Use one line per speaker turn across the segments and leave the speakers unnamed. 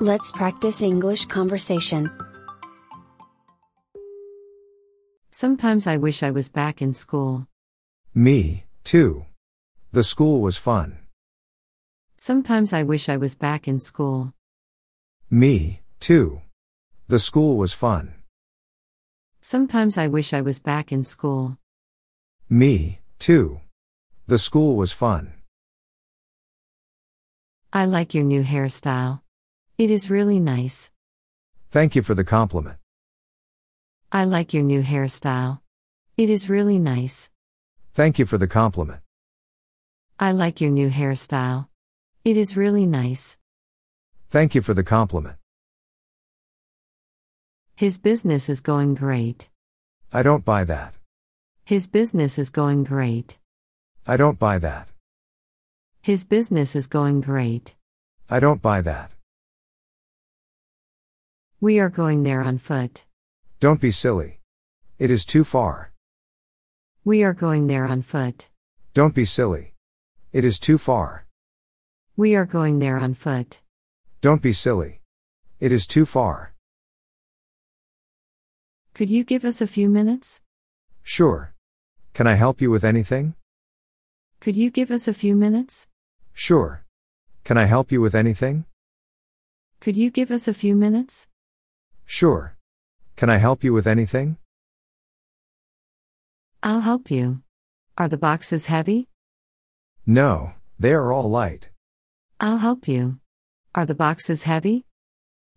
Let's practice English conversation.
Sometimes I wish I was back in school.
Me, too. The school was fun.
Sometimes I wish I was back in school.
Me, too. The school was fun.
Sometimes I wish I was back in school.
Me, too. The school was fun.
I like your new hairstyle. It is really nice.
Thank you for the compliment.
I like your new hairstyle. It is really nice.
Thank you for the compliment.
I like your new hairstyle. It is really nice.
Thank you for the compliment.
His business is going great.
I don't buy that.
His business is going great.
I don't buy that.
His business is going great.
I don't buy that.
We are going there on foot.
Don't be silly. It is too far.
We are going there on foot.
Don't be silly. It is too far.
We are going there on foot.
Don't be silly. It is too far.
Could you give us a few minutes?
Sure. Can I help you with anything?
Could you give us a few minutes?
Sure. Can I help you with anything?
Could you give us a few minutes?
Sure. Can I help you with anything?
I'll help you. Are the boxes heavy?
No, they are all light.
I'll help you. Are the boxes heavy?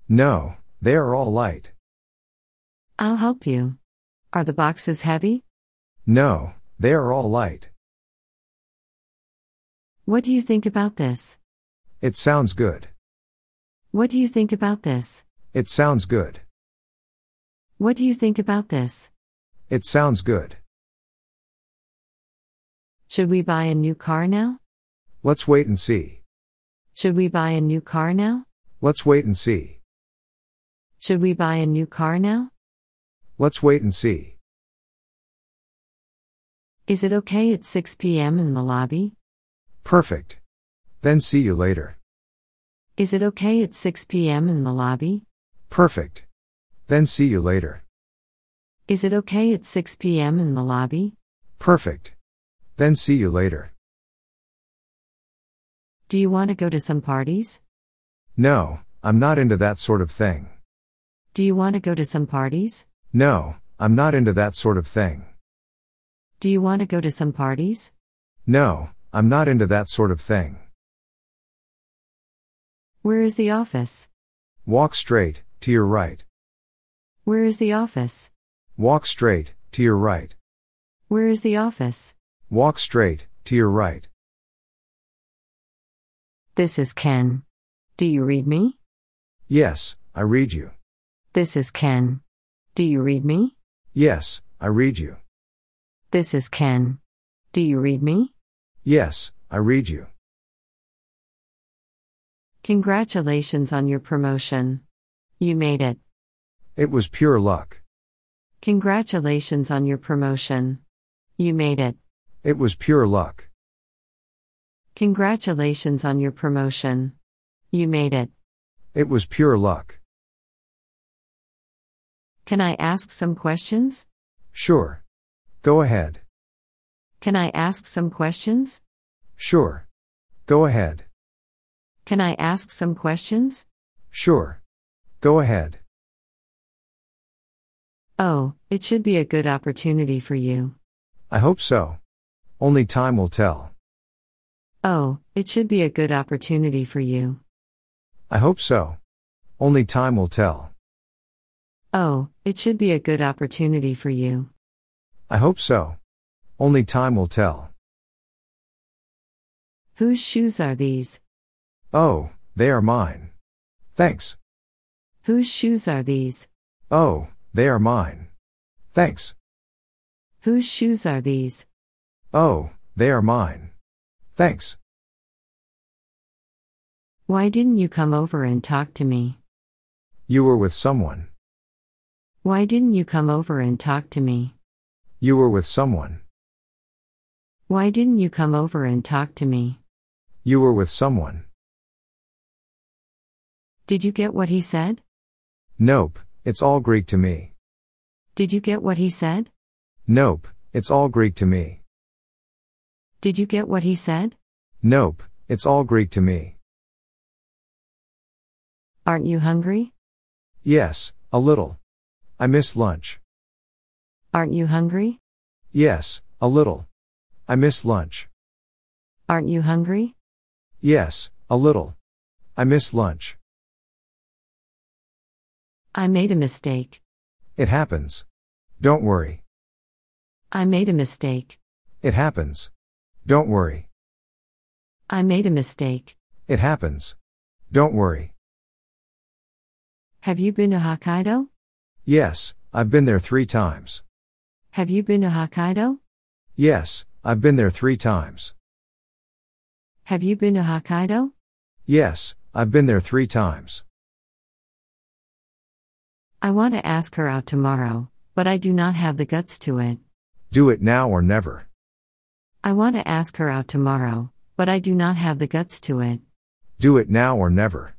No, they are all light.
I'll help you. Are the boxes heavy?
No, they are all light.
What do you think about this?
It sounds good.
What do you think about this?
It sounds good.
What do you think about this?
It sounds good.
Should we buy a new car now?
Let's wait and see.
Should we buy a new car now?
Let's wait and see.
Should we buy a new car now?
Let's wait and see.
Is it okay at 6 p.m. in the lobby?
Perfect. Then see you later.
Is it okay at 6 p.m. in the lobby?
Perfect. Then see you later.
Is it okay at 6 p.m. in the lobby?
Perfect. Then see you later.
Do you want to go to some parties?
No, I'm not into that sort of thing.
Do you want to go to some parties?
No, I'm not into that sort of thing.
Do you want to go to some parties?
No, I'm not into that sort of thing.
Where is the office?
Walk straight, to your right.
Where is the office?
Walk straight, to your right.
Where is the office?
Walk straight, to your right.
This is Ken. Do you read me?
Yes, I read you.
This is Ken. Do you read me?
Yes, I read you.
This is Ken. Do you read me?
Yes, I read you.
Congratulations on your promotion. You made it.
It was pure luck.
Congratulations on your promotion. You made it.
It was pure luck.
Congratulations on your promotion. You made it.
It was pure luck.
Can I ask some questions?
Sure. Go ahead.
Can I ask some questions?
Sure. Go ahead.
Can I ask some questions?
Sure. Go ahead.
Oh, it should be a good opportunity for you.
I hope so. Only time will tell.
Oh, it should be a good opportunity for you.
I hope so. Only time will tell.
Oh, it should be a good opportunity for you.
I hope so. Only time will tell.
Whose shoes are these?
Oh, they are mine. Thanks.
Whose shoes are these?
Oh, they are mine. Thanks.
Whose shoes are these?
Oh, they are mine. Thanks.
Why didn't you come over and talk to me?
You were with someone.
Why didn't you come over and talk to me?
You were with someone.
Why didn't you come over and talk to me?
You were with someone.
Did you get what he said?
Nope, it's all Greek to me.
Did you get what he said?
Nope, it's all Greek to me.
Did you get what he said?
Nope, it's all Greek to me.
Aren't you hungry?
Yes, a little. I miss lunch.
Aren't you hungry?
Yes, a little. I miss lunch.
Aren't you hungry?
Yes, a little. I miss lunch.
I made a mistake.
It happens. Don't worry.
I made a mistake.
It happens. Don't worry.
I made a mistake.
It happens. Don't worry.
Have you been to Hokkaido?
Yes, I've been there three times.
Have you been to Hokkaido?
Yes, I've been there three times.
Have you been to Hokkaido?
Yes, I've been there three times.
I want to ask her out tomorrow, but I do not have the guts to it.
Do it now or never.
I want to ask her out tomorrow, but I do not have the guts to it.
Do it now or never.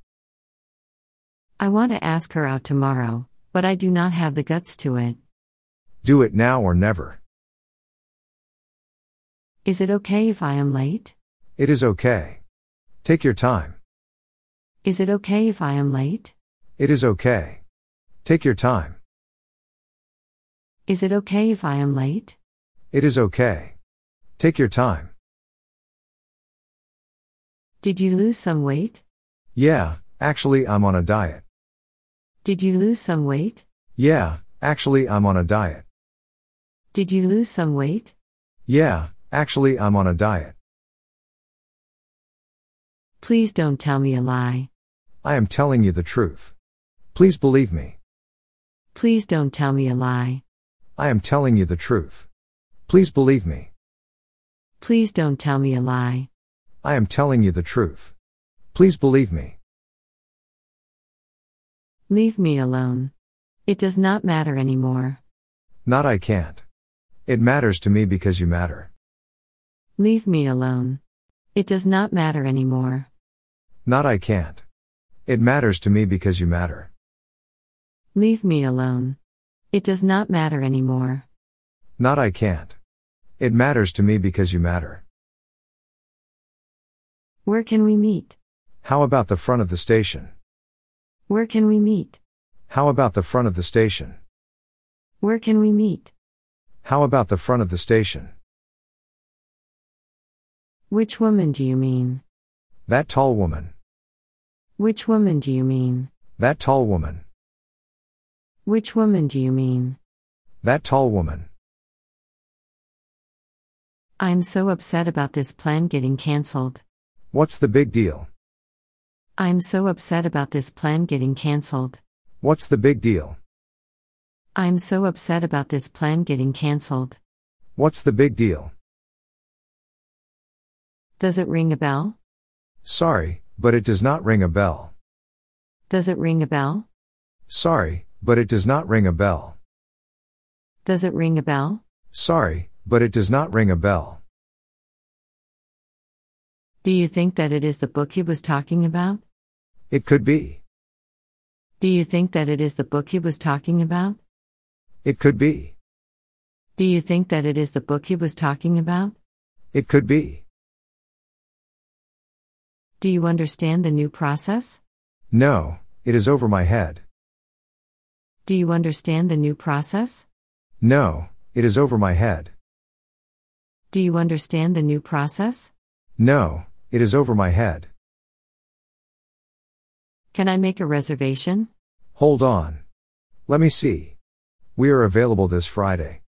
I want to ask her out tomorrow, but I do not have the guts to it.
Do it now or never.
Is it okay if I am late?
It is okay. Take your time.
Is it okay if I am late?
It is okay. Take your time.
Is it okay if I am late?
It is okay. Take your time.
Did you lose some weight?
Yeah, actually, I'm on a diet.
Did you lose some weight?
Yeah, actually, I'm on a diet.
Did you lose some weight?
Yeah, actually, I'm on a diet.
Please don't tell me a lie.
I am telling you the truth. Please believe me.
Please don't tell me a lie.
I am telling you the truth. Please believe me.
Please don't tell me a lie.
I am telling you the truth. Please believe me.
Leave me alone. It does not matter anymore.
Not I can't. It matters to me because you matter.
Leave me alone. It does not matter anymore.
Not I can't. It matters to me because you matter.
Leave me alone. It does not matter anymore.
Not I can't. It matters to me because you matter.
Where can we meet?
How about the front of the station?
Where can we meet?
How about the front of the station?
Where can we meet?
How about the front of the station?
Which woman do you mean?
That tall woman.
Which woman do you mean?
That tall woman.
Which woman do you mean?
That tall woman.
I'm so upset about this plan getting cancelled.
What's the big deal?
I'm so upset about this plan getting cancelled.
What's the big deal?
I'm so upset about this plan getting cancelled.
What's the big deal?
Does it ring a bell?
Sorry, but it does not ring a bell.
Does it ring a bell?
Sorry, but it does not ring a bell.
Does it ring a bell?
Sorry, but it does not ring a bell.
Do you think that it is the book he was talking about?
It could be.
Do you think that it is the book he was talking about?
It could be.
Do you think that it is the book he was talking about?
It could be.
Do you understand the new process?
No, it is over my head.
Do you understand the new process?
No, it is over my head.
Do you understand the new process?
No, it is over my head.
Can I make a reservation?
Hold on. Let me see. We are available this Friday.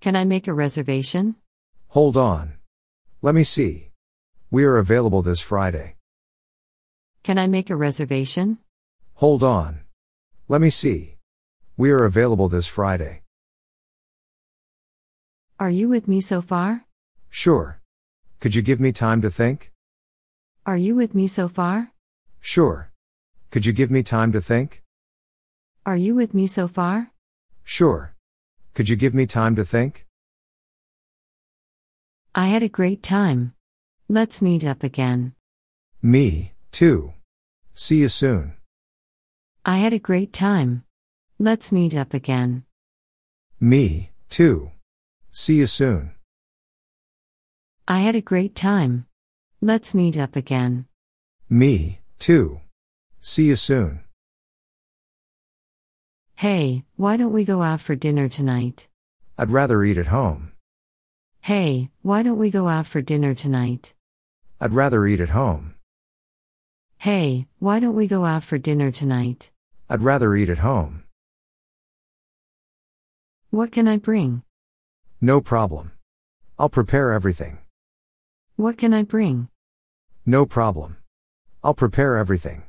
Can I make a reservation?
Hold on. Let me see. We are available this Friday.
Can I make a reservation?
Hold on. Let me see. We are available this Friday.
Are you with me so far?
Sure. Could you give me time to think?
Are you with me so far?
Sure. Could you give me time to think?
Are you with me so far?
Sure. Could you give me time to think?
I had a great time. Let's meet up again.
Me, too. See you soon.
I had a great time. Let's meet up again.
Me, too. See you soon.
I had a great time. Let's meet up again.
Me, too. See you soon.
Hey, why don't we go out for dinner tonight?
I'd rather eat at home.
Hey, why don't we go out for dinner tonight?
I'd rather eat at home.
Hey, why don't we go out for dinner tonight?
I'd rather eat at home.
What can I bring?
No problem. I'll prepare everything.
What can I bring?
No problem. I'll prepare everything.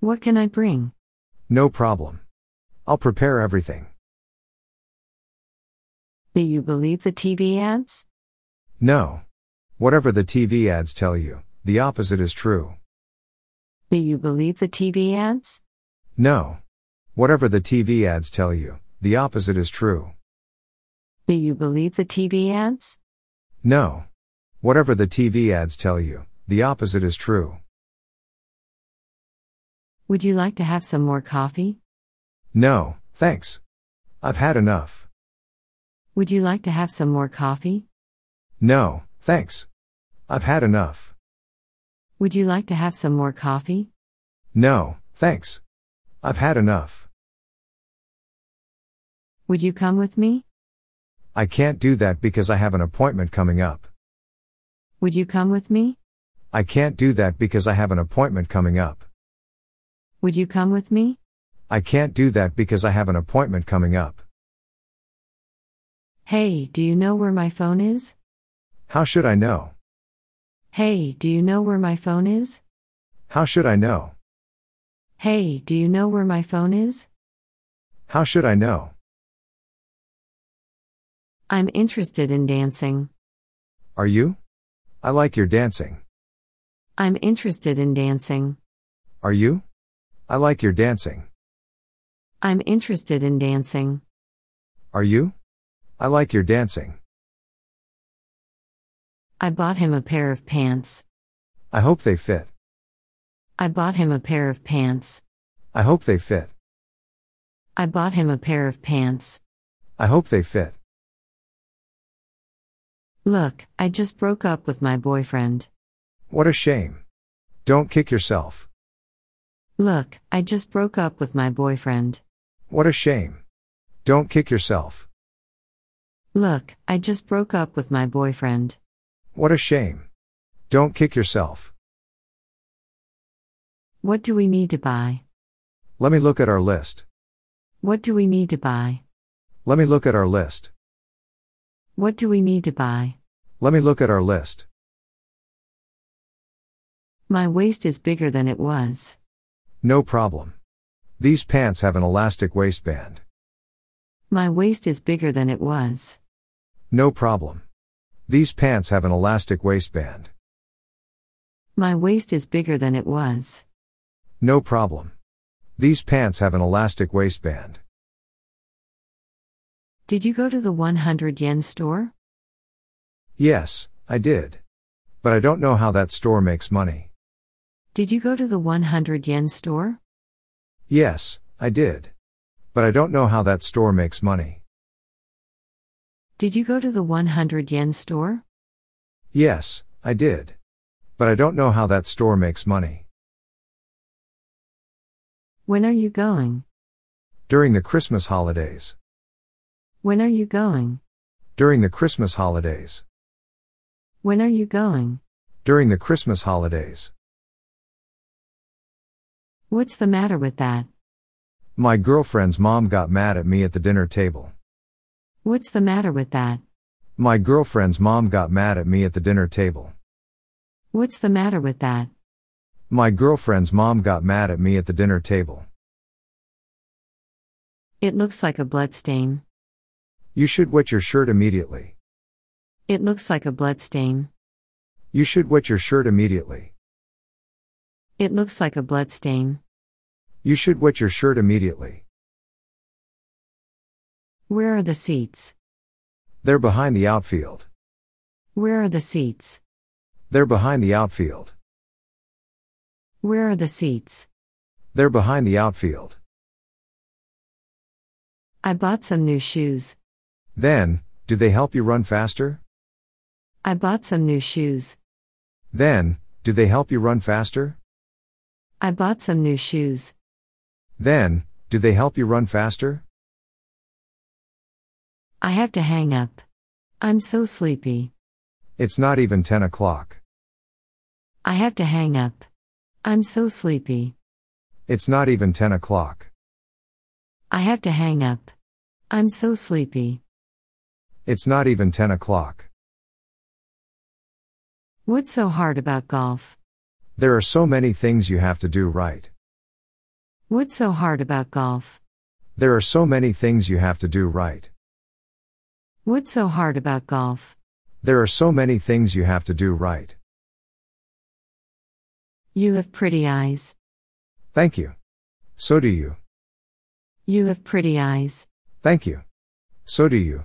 What can I bring?
No problem. I'll prepare everything.
Do you believe the TV ads?
No. Whatever the TV ads tell you, the opposite is true.
Do you believe the TV ads?
No. Whatever the TV ads tell you, the opposite is true.
Do you believe the TV ads?
No. Whatever the TV ads tell you, the opposite is true.
Would you like to have some more coffee?
No, thanks. I've had enough.
Would you like to have some more coffee?
No, thanks. I've had enough.
Would you like to have some more coffee?
No, thanks. I've had enough.
Would you come with me?
I can't do that because I have an appointment coming up.
Would you come with me?
I can't do that because I have an appointment coming up.
Would you come with me?
I can't do that because I have an appointment coming up.
Hey, do you know where my phone is?
How should I know?
Hey, do you know where my phone is?
How should I know?
Hey, do you know where my phone is?
How should I know?
I'm interested in dancing.
Are you? I like your dancing.
I'm interested in dancing.
Are you? I like your dancing.
I'm interested in dancing.
Are you? I like your dancing.
I bought him a pair of pants.
I hope they fit.
I bought him a pair of pants.
I hope they fit.
I bought him a pair of pants.
I hope they fit.
Look, I just broke up with my boyfriend.
What a shame. Don't kick yourself.
Look, I just broke up with my boyfriend.
What a shame. Don't kick yourself.
Look, I just broke up with my boyfriend.
What a shame. Don't kick yourself.
What do we need to buy?
Let me look at our list.
What do we need to buy?
Let me look at our list.
What do we need to buy?
Let me look at our list.
My waist is bigger than it was.
No problem. These pants have an elastic waistband.
My waist is bigger than it was.
No problem. These pants have an elastic waistband.
My waist is bigger than it was.
No problem. These pants have an elastic waistband.
Did you go to the 100 yen store?
Yes, I did. But I don't know how that store makes money.
Did you go to the 100 yen store?
Yes, I did. But I don't know how that store makes money.
Did you go to the 100 yen store?
Yes, I did. But I don't know how that store makes money.
When are you going?
During the Christmas holidays.
When are you going?
During the Christmas holidays.
When are you going?
During the Christmas holidays.
What's the matter with that?
My girlfriend's mom got mad at me at the dinner table.
What's the matter with that?
My girlfriend's mom got mad at me at the dinner table.
What's the matter with that?
My girlfriend's mom got mad at me at the dinner table.
It looks like a bloodstain.
You should wet your shirt immediately.
It looks like a bloodstain.
You should wet your shirt immediately.
It looks like a bloodstain.
You should wet your shirt immediately.
Where are the seats?
They're behind the outfield.
Where are the seats?
They're behind the outfield.
Where are the seats?
They're behind the outfield.
I bought some new shoes.
Then, do they help you run faster?
I bought some new shoes.
Then, do they help you run faster?
I bought some new shoes.
Then, do they help you run faster?
I have to hang up. I'm so sleepy.
It's not even 10 o'clock.
I have to hang up. I'm so sleepy.
It's not even 10 o'clock.
I have to hang up. I'm so sleepy.
It's not even 10 o'clock.
What's so hard about golf?
There are so many things you have to do right.
What's so hard about golf?
There are so many things you have to do right.
What's so hard about golf?
There are so many things you have to do right.
You have pretty eyes.
Thank you. So do you.
You have pretty eyes.
Thank you. So do you.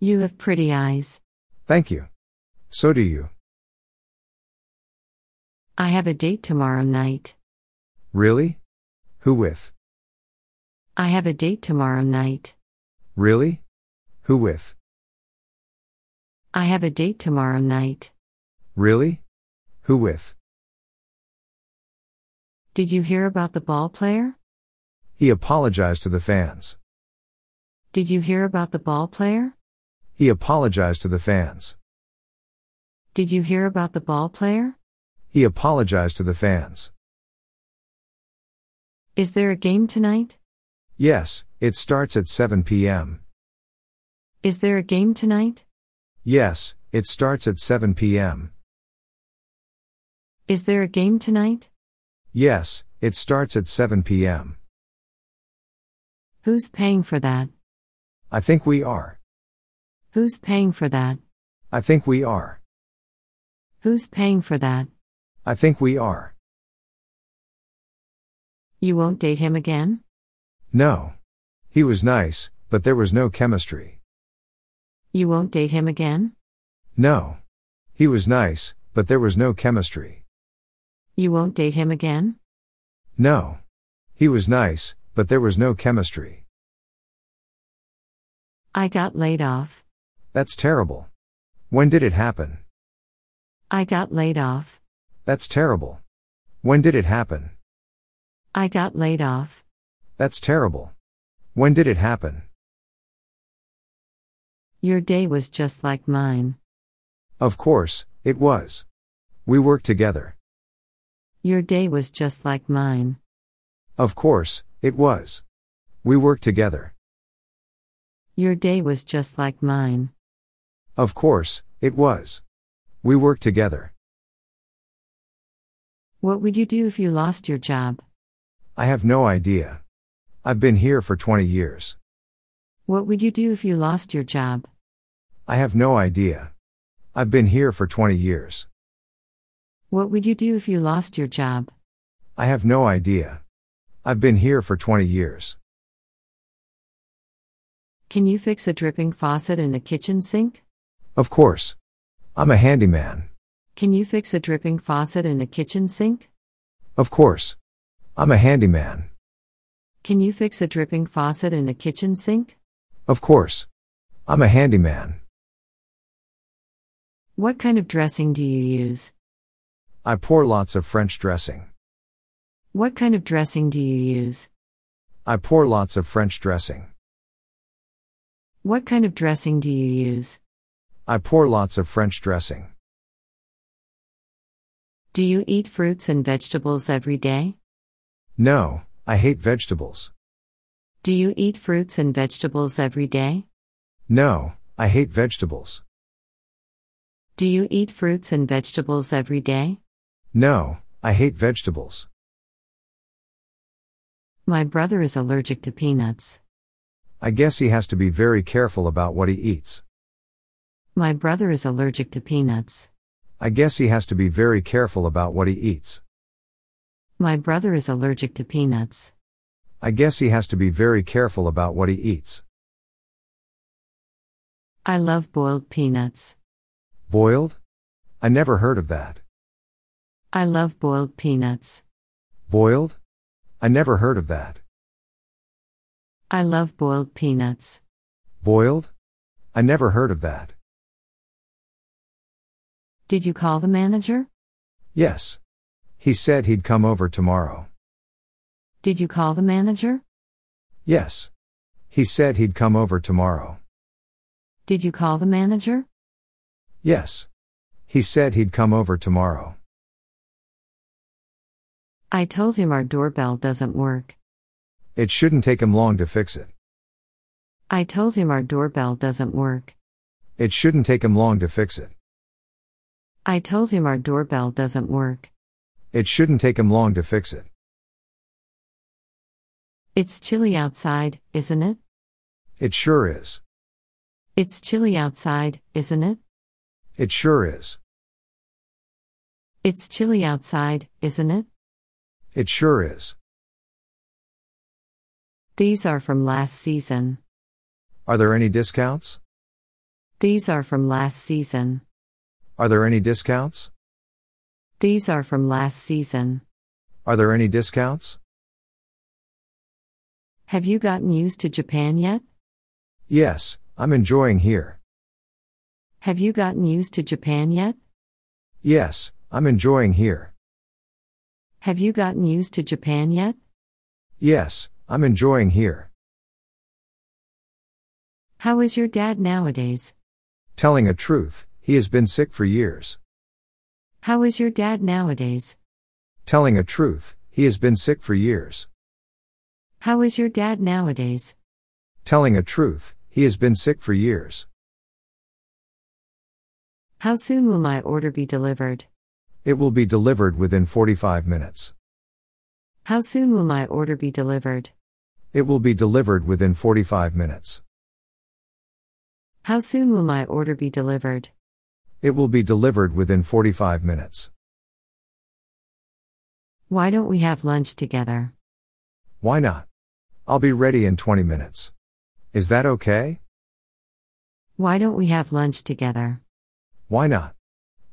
You have pretty eyes.
Thank you. So do you.
I have a date tomorrow night.
Really? Who with?
I have a date tomorrow night.
Really? Who with?
I have a date tomorrow night.
Really? Who with?
Did you hear about the ball player?
He apologized to the fans.
Did you hear about the ball player?
He apologized to the fans.
Did you hear about the ball player?
He apologized to the fans.
Is there a game tonight?
Yes, it starts at 7 p.m.
Is there a game tonight?
Yes, it starts at 7 p.m.
Is there a game tonight?
Yes, it starts at 7 p.m.
Who's paying for that?
I think we are.
Who's paying for that?
I think we are.
Who's paying for that?
I think we are.
You won't date him again?
No. He was nice, but there was no chemistry.
You won't date him again?
No. He was nice, but there was no chemistry.
You won't date him again?
No. He was nice, but there was no chemistry.
I got laid off.
That's terrible. When did it happen?
I got laid off.
That's terrible. When did it happen?
I got laid off.
That's terrible. When did it happen?
Your day was just like mine.
Of course, it was. We worked together.
Your day was just like mine.
Of course, it was. We worked together.
Your day was just like mine.
Of course, it was. We worked together.
What would you do if you lost your job?
I have no idea. I've been here for 20 years.
What would you do if you lost your job?
I have no idea. I've been here for 20 years.
What would you do if you lost your job?
I have no idea. I've been here for 20 years.
Can you fix a dripping faucet in a kitchen sink?
Of course. I'm a handyman.
Can you fix a dripping faucet in a kitchen sink?
Of course. I'm a handyman.
Can you fix a dripping faucet in a kitchen sink?
Of course. I'm a handyman.
What kind of dressing do you use?
I pour lots of French dressing.
What kind of dressing do you use?
I pour lots of French dressing.
What kind of dressing do you use?
I pour lots of French dressing.
Do you eat fruits and vegetables every day?
No, I hate vegetables.
Do you eat fruits and vegetables every day?
No, I hate vegetables.
Do you eat fruits and vegetables every day?
No, I hate vegetables.
My brother is allergic to peanuts.
I guess he has to be very careful about what he eats.
My brother is allergic to peanuts.
I guess he has to be very careful about what he eats.
My brother is allergic to peanuts.
I guess he has to be very careful about what he eats.
I love boiled peanuts.
Boiled? I never heard of that.
I love boiled peanuts.
Boiled? I never heard of that.
I love boiled peanuts.
Boiled? I never heard of that.
Did you call the manager?
Yes. He said he'd come over tomorrow.
Did you call the manager?
Yes. He said he'd come over tomorrow.
Did you call the manager?
Yes. He said he'd come over tomorrow.
I told him our doorbell doesn't work.
It shouldn't take him long to fix it.
I told him our doorbell doesn't work.
It shouldn't take him long to fix it.
I told him our doorbell doesn't work.
It shouldn't take him long to fix it.
It's chilly outside, isn't it?
It sure is.
It's chilly outside, isn't it?
It sure is.
It's chilly outside, isn't it?
It sure is.
These are from last season.
Are there any discounts?
These are from last season.
Are there any discounts?
These are from last season.
Are there any discounts?
Have you gotten used to Japan yet?
Yes, I'm enjoying here.
Have you gotten used to Japan yet?
Yes, I'm enjoying here.
Have you gotten used to Japan yet?
Yes, I'm enjoying here.
How is your dad nowadays?
Telling a truth, he has been sick for years.
How is your dad nowadays?
Telling a truth, he has been sick for years.
How is your dad nowadays?
Telling a truth, he has been sick for years.
How soon will my order be delivered?
It will be delivered within 45 minutes.
How soon will my order be delivered?
It will be delivered within 45 minutes.
How soon will my order be delivered?
It will be delivered within 45 minutes.
Why don't we have lunch together?
Why not? I'll be ready in 20 minutes. Is that okay?
Why don't we have lunch together?
Why not?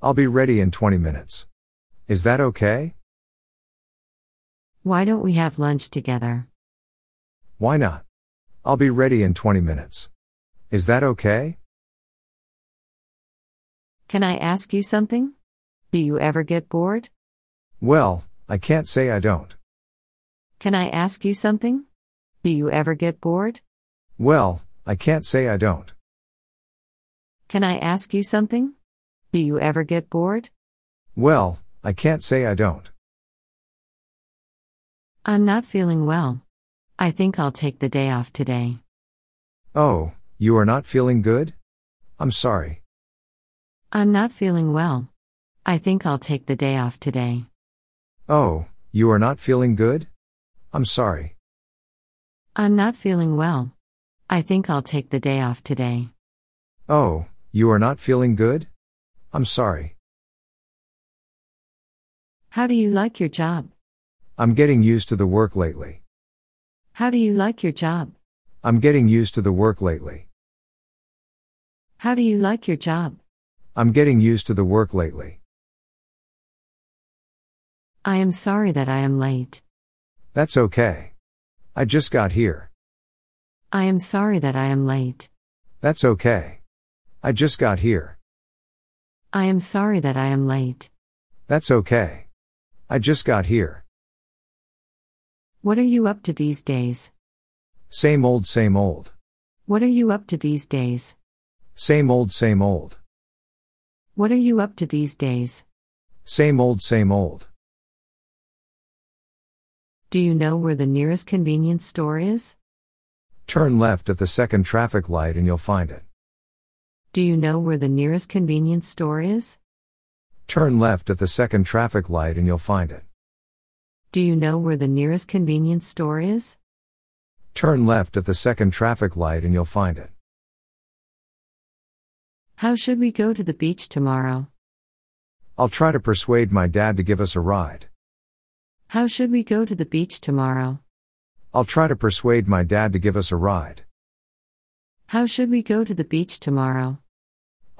I'll be ready in 20 minutes. Is that okay?
Why don't we have lunch together?
Why not? I'll be ready in 20 minutes. Is that okay?
Can I ask you something? Do you ever get bored?
Well, I can't say I don't.
Can I ask you something? Do you ever get bored?
Well, I can't say I don't.
Can I ask you something? Do you ever get bored?
Well, I can't say I don't.
I'm not feeling well. I think I'll take the day off today.
Oh, you are not feeling good? I'm sorry.
I'm not feeling well. I think I'll take the day off today.
Oh, you are not feeling good? I'm sorry.
I'm not feeling well. I think I'll take the day off today.
Oh, you are not feeling good? I'm sorry.
How do you like your job?
I'm getting used to the work lately.
How do you like your job?
I'm getting used to the work lately.
How do you like your job?
I'm getting used to the work lately.
I am sorry that I am late.
That's okay. I just got here.
I am sorry that I am late.
That's okay. I just got here.
I am sorry that I am late.
That's okay. I just got here.
What are you up to these days?
Same old, same old.
What are you up to these days?
Same old, same old.
What are you up to these days?
Same old, same old.
Do you know where the nearest convenience store is?
Turn left at the second traffic light and you'll find it.
Do you know where the nearest convenience store is?
Turn left at the second traffic light and you'll find it.
Do you know where the nearest convenience store is?
Turn left at the second traffic light and you'll find it.
How should we go to the beach tomorrow?
I'll try to persuade my dad to give us a ride.
How should we go to the beach tomorrow?
I'll try to persuade my dad to give us a ride.
How should we go to the beach tomorrow?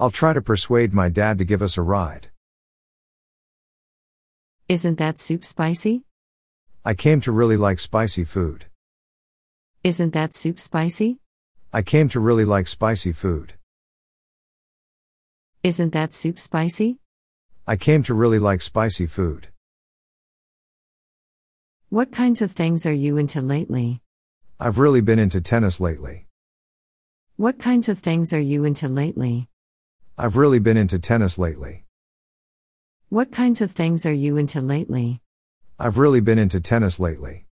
I'll try to persuade my dad to give us a ride.
Isn't that soup spicy?
I came to really like spicy food.
Isn't that soup spicy?
I came to really like spicy food.
Isn't that soup spicy?
I came to really like spicy food.
What kinds of things are you into lately?
I've really been into tennis lately.
What kinds of things are you into lately?
I've really been into tennis lately.
What kinds of things are you into lately?
I've really been into tennis lately.